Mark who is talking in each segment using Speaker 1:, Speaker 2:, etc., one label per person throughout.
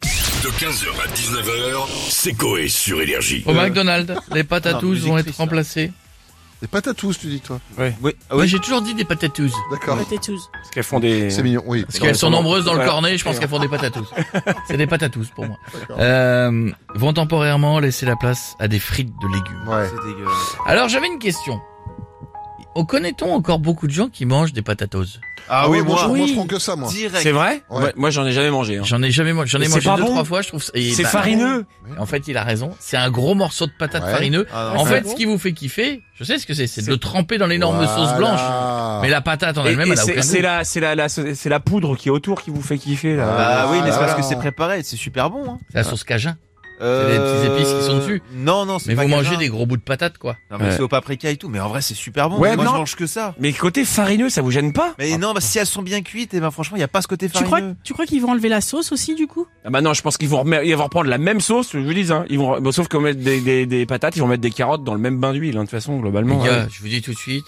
Speaker 1: De 15h à 19h, c'est Coé sur Énergie.
Speaker 2: Euh,
Speaker 3: Au McDonald's, les pâtes à
Speaker 4: Non,
Speaker 3: tous
Speaker 4: musique
Speaker 3: vont être
Speaker 4: triste,
Speaker 3: remplacées.
Speaker 4: Des patatous, tu dis, toi.
Speaker 2: Oui, hein. ah
Speaker 3: Moi,
Speaker 2: oui,
Speaker 3: j'ai toujours dit des pâtes à tous.
Speaker 4: D'accord.
Speaker 2: parce qu'elles font des...
Speaker 4: C'est mignon, oui.
Speaker 3: Parce qu'elles sont nombreuses dans le
Speaker 2: Voilà.
Speaker 3: cornet, je pense qu'elles font des pâtes à tous. C'est des pâtes à tous pour moi. Euh, vont temporairement laisser la place à des frites de légumes.
Speaker 4: Ouais.
Speaker 2: C'est dégueulasse.
Speaker 3: Alors j'avais une question. On connaît-on encore beaucoup de gens qui mangent des patatoses
Speaker 4: Ah oui, moi, je-
Speaker 2: Oui.
Speaker 4: moi, je prends que ça, moi.
Speaker 2: Direct. C'est vrai
Speaker 4: Ouais.
Speaker 2: Ouais, Moi, j'en ai jamais mangé. hein.
Speaker 3: J'en ai jamais mangé, j'en ai
Speaker 2: Et c'est
Speaker 3: mangé
Speaker 2: pas
Speaker 3: deux
Speaker 2: bon
Speaker 3: trois fois, je trouve. ça- et
Speaker 2: C'est
Speaker 3: bah,
Speaker 2: farineux.
Speaker 3: En fait, il a raison. C'est un gros morceau de patate
Speaker 4: Ouais.
Speaker 3: farineux.
Speaker 2: Ah,
Speaker 3: En
Speaker 2: ouais.
Speaker 3: fait, ce qui vous fait kiffer, je sais ce que c'est, c'est de le tremper dans l'énorme sauce blanche. Mais la patate en
Speaker 2: Et-
Speaker 3: elle-même,
Speaker 2: et
Speaker 3: elle a
Speaker 2: c'est-
Speaker 3: aucun
Speaker 2: c'est
Speaker 3: goût.
Speaker 2: la, c'est la, la, c'est la poudre qui est autour qui vous fait kiffer là.
Speaker 3: Ah,
Speaker 5: Bah oui, mais c'est
Speaker 4: voilà.
Speaker 5: parce que c'est préparé, c'est super bon. Hein.
Speaker 3: C'est la sauce cajun.
Speaker 5: Euh,
Speaker 3: des petites épices qui sont dessus.
Speaker 5: Non, non, c'est
Speaker 3: Mais
Speaker 5: pas
Speaker 3: vous mangez
Speaker 5: cajun.
Speaker 3: des gros bouts de patate, quoi.
Speaker 5: Non, mais
Speaker 2: Ouais.
Speaker 5: c'est au paprika et tout, mais en vrai, c'est super bon.
Speaker 2: Ouais,
Speaker 5: moi,
Speaker 2: non.
Speaker 5: je mange que ça.
Speaker 2: Mais côté farineux, ça vous gêne pas
Speaker 3: Ah.
Speaker 5: Mais non, bah, si elles sont bien cuites, et ben franchement, il n'y a pas ce côté
Speaker 6: Tu
Speaker 5: farineux.
Speaker 6: crois, tu crois qu'ils vont enlever la sauce aussi du coup
Speaker 2: Ah bah non, je pense qu'ils vont, remettre- ils vont reprendre la même sauce, je vous dis. Hein. Ils vont, bon, sauf qu'on met des, des, des patates, ils vont mettre des carottes dans le même bain d'huile, hein, de toute façon,
Speaker 3: Les
Speaker 2: globalement.
Speaker 3: gars,
Speaker 2: hein.
Speaker 3: je vous dis tout de suite,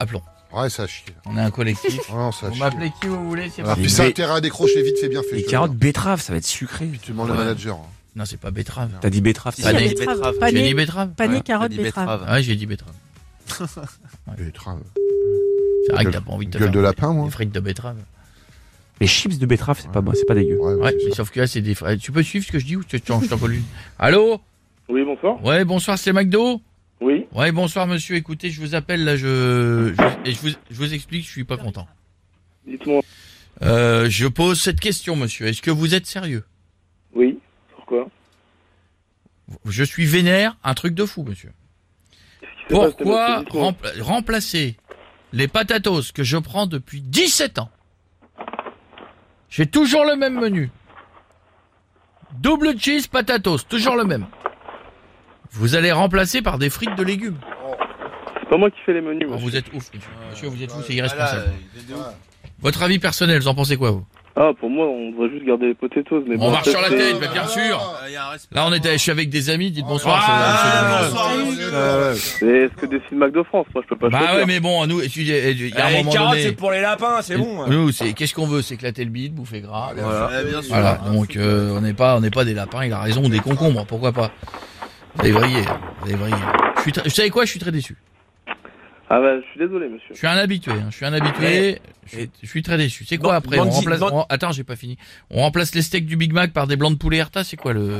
Speaker 3: appelons.
Speaker 4: Ouais, ça chie.
Speaker 3: On est un collectif.
Speaker 4: Non, ça
Speaker 3: Vous
Speaker 4: chie.
Speaker 3: m'appelez qui vous voulez, c'est
Speaker 4: Ah,
Speaker 3: parti.
Speaker 4: puis ça,
Speaker 2: Mais-
Speaker 4: intérêt à décrocher vite fait bien fait.
Speaker 2: Les
Speaker 4: je te
Speaker 2: carottes
Speaker 4: jure.
Speaker 2: betrave, ça va être sucré.
Speaker 4: Tu demandes le
Speaker 5: Ouais.
Speaker 4: manager. hein.
Speaker 3: Non, c'est pas betterave.
Speaker 2: T'as dit betrave,
Speaker 5: Si,
Speaker 2: ça
Speaker 3: Pané.
Speaker 5: il y a des
Speaker 6: Betterave,
Speaker 5: betteraves.
Speaker 6: pané.
Speaker 3: J'ai dit betterave.
Speaker 6: Panier,
Speaker 5: Il y a
Speaker 6: carotte,
Speaker 5: des
Speaker 6: betterave.
Speaker 5: betteraves.
Speaker 3: Ah Ouais, j'ai dit betterave.
Speaker 4: Betterave.
Speaker 3: C'est vrai que
Speaker 4: Gueule-
Speaker 3: t'as pas envie de hein. te
Speaker 4: Gueule
Speaker 3: faire
Speaker 4: de lapin, moi.
Speaker 3: des frites de betterave.
Speaker 2: Les chips de betterave, c'est pas bon, c'est pas dégueu.
Speaker 4: Ouais,
Speaker 3: Ouais,
Speaker 4: ouais, c'est
Speaker 3: mais
Speaker 4: ça.
Speaker 3: sauf que là, c'est des frites. Tu peux suivre ce que je dis ou je t'en je t'en colle une Allô
Speaker 7: Oui, bonsoir.
Speaker 3: Ouais, bonsoir, c'est McDo
Speaker 7: Oui.
Speaker 3: Ouais, bonsoir, monsieur. Écoutez, je vous appelle, là, je, je- et je, vous, je vous explique, je suis pas content.
Speaker 7: Dites-moi.
Speaker 3: Euh, je pose cette question, monsieur. Est-ce que vous êtes sérieux
Speaker 7: Oui. Pourquoi
Speaker 3: Je suis vénère, un truc de fou, monsieur. Pourquoi rempla- remplacer les patatos que je prends depuis 17 ans J'ai toujours le même menu. Double cheese patatos, toujours le même. Vous allez remplacer par des frites de légumes.
Speaker 7: C'est pas moi qui fais les menus.
Speaker 3: Oh,
Speaker 7: moi.
Speaker 3: vous êtes ouf, monsieur. Monsieur, vous êtes ouf, c'est
Speaker 5: Voilà,
Speaker 3: irresponsable.
Speaker 5: euh, il est de ouf.
Speaker 3: Votre avis personnel, vous en pensez quoi, vous
Speaker 7: Ah, pour moi, on devrait juste garder les potatoes. Mais
Speaker 3: On
Speaker 7: bon,
Speaker 3: marche
Speaker 7: ça,
Speaker 3: sur la
Speaker 7: c'est-
Speaker 3: tête, mais bien sûr.
Speaker 5: Euh, il y a un respect.
Speaker 3: Là, on est, je suis avec des amis, dites bonsoir.
Speaker 5: Ah,
Speaker 3: c'est- c'est-
Speaker 5: non,
Speaker 3: c'est-
Speaker 5: bonsoir,
Speaker 6: Salut.
Speaker 5: monsieur.
Speaker 2: Euh,
Speaker 7: Mais ce que décide McDo France, moi, je peux pas
Speaker 3: Bah
Speaker 7: choisir.
Speaker 3: ouais, mais bon, nous, tu- il y a un moment donné.
Speaker 2: pour les lapins, Eh, c'est
Speaker 3: Nous, c'est qu'est-ce qu'on veut, c'est éclater le bide, bouffer gras.
Speaker 4: Allez,
Speaker 2: Voilà.
Speaker 5: Ouais, bien sûr.
Speaker 3: Voilà, donc euh, on n'est pas, on n'est pas des lapins. Il a raison, des concombres, pourquoi pas Vous allez vriller, vous allez vriller. Je suis, très- vous savez quoi Je suis très déçu.
Speaker 7: Ah bah, je suis désolé, monsieur.
Speaker 3: Je suis un habitué. hein, Je suis un habitué. Je suis, je suis très déçu. C'est quoi
Speaker 2: Eh, Ban-
Speaker 3: après On
Speaker 2: bandit-
Speaker 3: remplace.
Speaker 2: ban-
Speaker 3: on- attends, j'ai pas fini. On remplace les steaks du Big Mac par des blancs de poulet Herta. C'est quoi le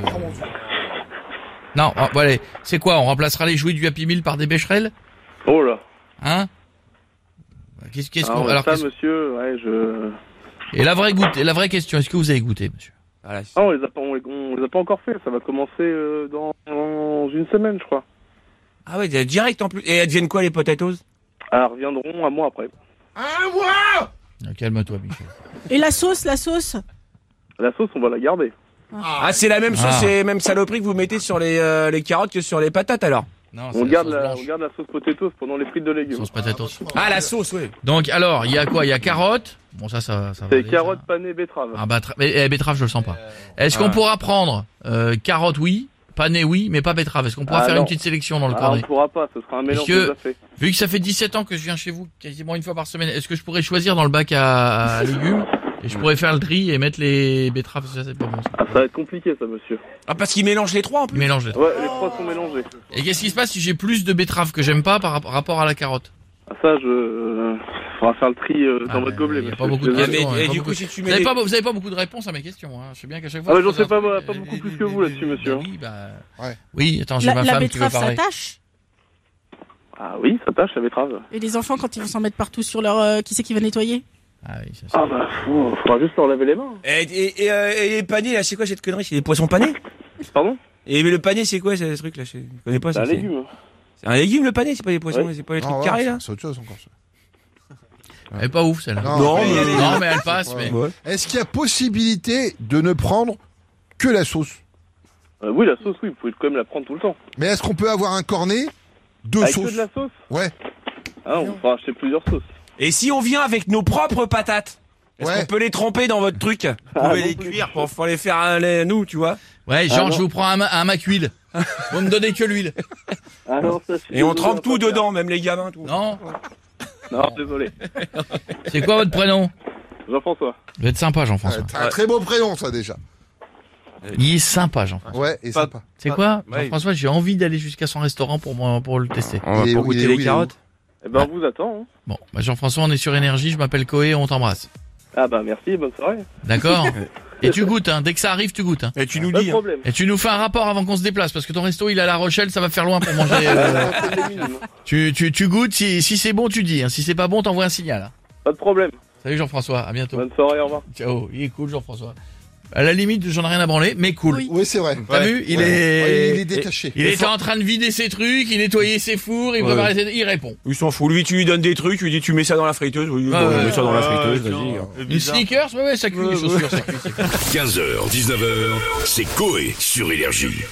Speaker 3: Non, ah, bon, allez. C'est quoi On remplacera les jouets du Happy Meal par des bécherelles
Speaker 7: Oh là.
Speaker 3: Hein Bah, Qu'est-ce qu'est-ce
Speaker 7: Ah,
Speaker 3: qu'on
Speaker 7: ouais,
Speaker 3: alors
Speaker 7: ça,
Speaker 3: qu'est-ce-
Speaker 7: monsieur, ouais, je.
Speaker 3: et la vraie goûte et la vraie question est-ce que vous avez goûté monsieur
Speaker 2: Voilà.
Speaker 7: Ah, on les a pas, on les, on les a pas encore fait. Ça va commencer euh, dans, dans une semaine, je crois.
Speaker 2: Ah ouais, direct en plus. Et elles deviennent quoi les potatoes
Speaker 7: Ah, reviendront un mois après.
Speaker 3: Ah, Calme-toi Michel.
Speaker 6: Et la sauce, la sauce
Speaker 7: La sauce, on va la garder.
Speaker 2: Ah, c'est la même chose,
Speaker 3: Ah.
Speaker 2: c'est les mêmes saloperies que vous mettez sur les, euh, les carottes que sur les patates alors.
Speaker 3: Non, Ah, c'est
Speaker 7: On
Speaker 3: la
Speaker 7: garde,
Speaker 3: sauce
Speaker 7: la,
Speaker 3: blanche.
Speaker 7: on garde la sauce potatoes pendant les frites de légumes.
Speaker 3: Sauce patatos.
Speaker 2: Ah la sauce, oui.
Speaker 3: Donc alors, il y a quoi Il y a carotte. Bon ça ça ça va.
Speaker 7: C'est
Speaker 3: aller,
Speaker 7: carottes
Speaker 3: ça.
Speaker 7: panées, betteraves.
Speaker 3: Ah bah tra- mais, eh, betterave, je le sens pas. Est-ce qu'on
Speaker 2: Ah.
Speaker 3: pourra prendre euh, carotte oui, pané oui, mais pas betterave. Est-ce qu'on pourra
Speaker 7: Ah,
Speaker 3: faire
Speaker 7: non.
Speaker 3: une petite sélection dans le
Speaker 7: Ah, on
Speaker 3: cornet
Speaker 7: pourra pas, ce sera un mélange
Speaker 3: Monsieur-
Speaker 7: de fait.
Speaker 3: Vu que ça fait 17 ans que je viens chez vous quasiment une fois par semaine, est-ce que je pourrais choisir dans le bac à, à légumes et je pourrais faire le tri et mettre les betteraves ça c'est pas bon. ça.
Speaker 7: Ah, ça va être compliqué, ça, monsieur.
Speaker 2: Ah parce qu'ils mélangent les trois en plus.
Speaker 3: Mélange les
Speaker 7: Ouais, les trois sont mélangés.
Speaker 3: Et qu'est-ce qui se passe si j'ai plus de betteraves que j'aime pas par rap- rapport à la carotte
Speaker 7: Ah, ça, je. euh, faudra faire le tri euh, dans
Speaker 3: Ah,
Speaker 7: votre
Speaker 3: mais
Speaker 7: gobelet,
Speaker 3: y a
Speaker 7: monsieur.
Speaker 3: pas beaucoup
Speaker 7: Je
Speaker 3: de
Speaker 7: suis
Speaker 2: Ah, mais-
Speaker 7: désolé.
Speaker 3: Attends,
Speaker 2: et
Speaker 3: attends,
Speaker 2: du
Speaker 3: beaucoup-
Speaker 2: coup si tu
Speaker 3: vous
Speaker 2: mets
Speaker 3: avez,
Speaker 2: les...
Speaker 3: pas, vous avez pas beaucoup de réponses à mes questions, hein. je sais bien qu'à chaque fois...
Speaker 7: Ah, mais
Speaker 3: je
Speaker 7: j'en sais
Speaker 3: pose un
Speaker 7: pas, moi,
Speaker 3: truc,
Speaker 7: pas
Speaker 3: euh,
Speaker 7: beaucoup
Speaker 3: euh,
Speaker 7: plus que vous
Speaker 3: euh,
Speaker 7: là-dessus, monsieur.
Speaker 3: oui, bah,
Speaker 4: Ouais.
Speaker 3: Oui, attends, j'ai
Speaker 6: La,
Speaker 3: ma
Speaker 6: la
Speaker 3: femme qui veut
Speaker 6: betterave
Speaker 3: parler.
Speaker 6: s'attache
Speaker 7: Ah oui, ça tâche, ça betterave.
Speaker 6: Et les enfants quand ils vont s'en mettre partout sur leur... euh, qui c'est qui va nettoyer
Speaker 3: Ah oui, ça, ça.
Speaker 7: Ah bah, faut- faudra juste leur laver les mains.
Speaker 2: Et, et, et, euh, et les paniers là, c'est quoi cette connerie C'est des poissons panés
Speaker 7: Pardon
Speaker 2: Et mais le panier c'est quoi ce truc là Je je connais pas
Speaker 7: C'est
Speaker 2: ça.
Speaker 7: un légume. hein.
Speaker 2: c'est un légume le panier, c'est pas des poissons, c'est pas les
Speaker 4: Non,
Speaker 2: trucs
Speaker 4: voilà,
Speaker 2: carrés là
Speaker 4: c'est- C'est autre chose encore. ça.
Speaker 3: Elle est pas ouf celle-là.
Speaker 4: Non,
Speaker 2: Non,
Speaker 4: mais-
Speaker 2: mais-
Speaker 3: Non, mais elle passe, mais...
Speaker 2: Ouais.
Speaker 4: Est-ce qu'il y a possibilité de ne prendre que la sauce
Speaker 7: Euh, oui, la sauce, oui, vous pouvez quand même la prendre tout le temps.
Speaker 4: Mais est-ce qu'on peut avoir un cornet de
Speaker 7: Avec
Speaker 4: sauce
Speaker 7: que de la sauce
Speaker 4: Ouais.
Speaker 7: Ah, on pourra acheter plusieurs sauces.
Speaker 2: Et si on vient avec nos propres patates Est-ce
Speaker 4: Ouais.
Speaker 2: qu'on peut les tremper dans votre truc Vous
Speaker 7: Ah,
Speaker 2: pouvez
Speaker 7: non
Speaker 2: les
Speaker 7: plus.
Speaker 2: cuire pour, pour les faire à la- nous, tu vois.
Speaker 3: Ouais, genre,
Speaker 7: Ah,
Speaker 3: je
Speaker 7: non.
Speaker 3: vous prends un, ma- un mac huile. vous me donnez que l'huile.
Speaker 7: Ah non, ça, je suis
Speaker 2: Et on
Speaker 7: désolé,
Speaker 2: trempe
Speaker 7: va
Speaker 2: tout
Speaker 7: pas faire.
Speaker 2: dedans, même les gamins. Tout.
Speaker 3: Non
Speaker 7: Non, désolé.
Speaker 3: C'est quoi votre prénom
Speaker 7: Jean-François.
Speaker 3: Vous êtes sympa,
Speaker 4: Ouais,
Speaker 3: Jean-François.
Speaker 4: t'as un très beau prénom, ça déjà.
Speaker 3: Il est sympa, Jean-François.
Speaker 4: Ouais, et
Speaker 5: Pas-
Speaker 4: sympa.
Speaker 3: C'est quoi,
Speaker 2: Ouais.
Speaker 3: Jean-François J'ai envie d'aller jusqu'à son restaurant pour, moi- pour le tester.
Speaker 2: On va
Speaker 4: Il est
Speaker 2: pour
Speaker 4: où, il
Speaker 2: goûter
Speaker 4: est où,
Speaker 2: les
Speaker 4: il est où
Speaker 2: carottes.
Speaker 7: Eh ben, on vous attend. hein.
Speaker 3: Bon, bah, Jean-François, on est sur énergie. Je m'appelle Coé, on t'embrasse.
Speaker 7: Ah bah merci, bonne soirée.
Speaker 3: D'accord Et tu goûtes, hein. Dès que ça arrive, tu goûtes. Hein.
Speaker 2: Et tu nous
Speaker 7: Pas
Speaker 2: dis.
Speaker 7: de
Speaker 2: hein.
Speaker 7: problème.
Speaker 3: Et tu nous fais un rapport avant qu'on se déplace, parce que ton resto, il est à La Rochelle, ça va faire loin pour manger. euh,
Speaker 7: C'est le minimum.
Speaker 3: tu, tu, tu goûtes, si, si c'est bon, tu dis. hein. Si c'est pas bon, t'envoies un signal. hein.
Speaker 7: Pas de problème.
Speaker 3: Salut Jean-François, à bientôt.
Speaker 7: Bonne soirée, au revoir.
Speaker 3: Ciao, il est cool Jean-François. À la limite, j'en ai rien à branler, mais cool.
Speaker 6: Oui.
Speaker 4: Oui, c'est vrai.
Speaker 3: T'as
Speaker 2: Ouais.
Speaker 3: vu, il
Speaker 4: Ouais.
Speaker 3: est...
Speaker 4: Ouais, il est détaché.
Speaker 3: Il était en train de vider ses trucs, il nettoyait ses fours, il
Speaker 2: Ouais.
Speaker 3: préparait ses... Il répond.
Speaker 2: Il s'en fout. Lui, tu lui donnes des trucs, tu lui dis tu mets ça dans la friteuse. Oui,
Speaker 3: Ah
Speaker 2: bon,
Speaker 3: ouais.
Speaker 2: je mets ça dans la
Speaker 5: Ah,
Speaker 2: friteuse,
Speaker 5: tiens.
Speaker 2: vas-y. hein.
Speaker 5: Euh,
Speaker 3: Une
Speaker 5: bizarre.
Speaker 3: sneakers, ouais, ouais, ça cuit les chaussures, ça cuit.
Speaker 1: 15h, 19h, c'est Coé sur Énergie.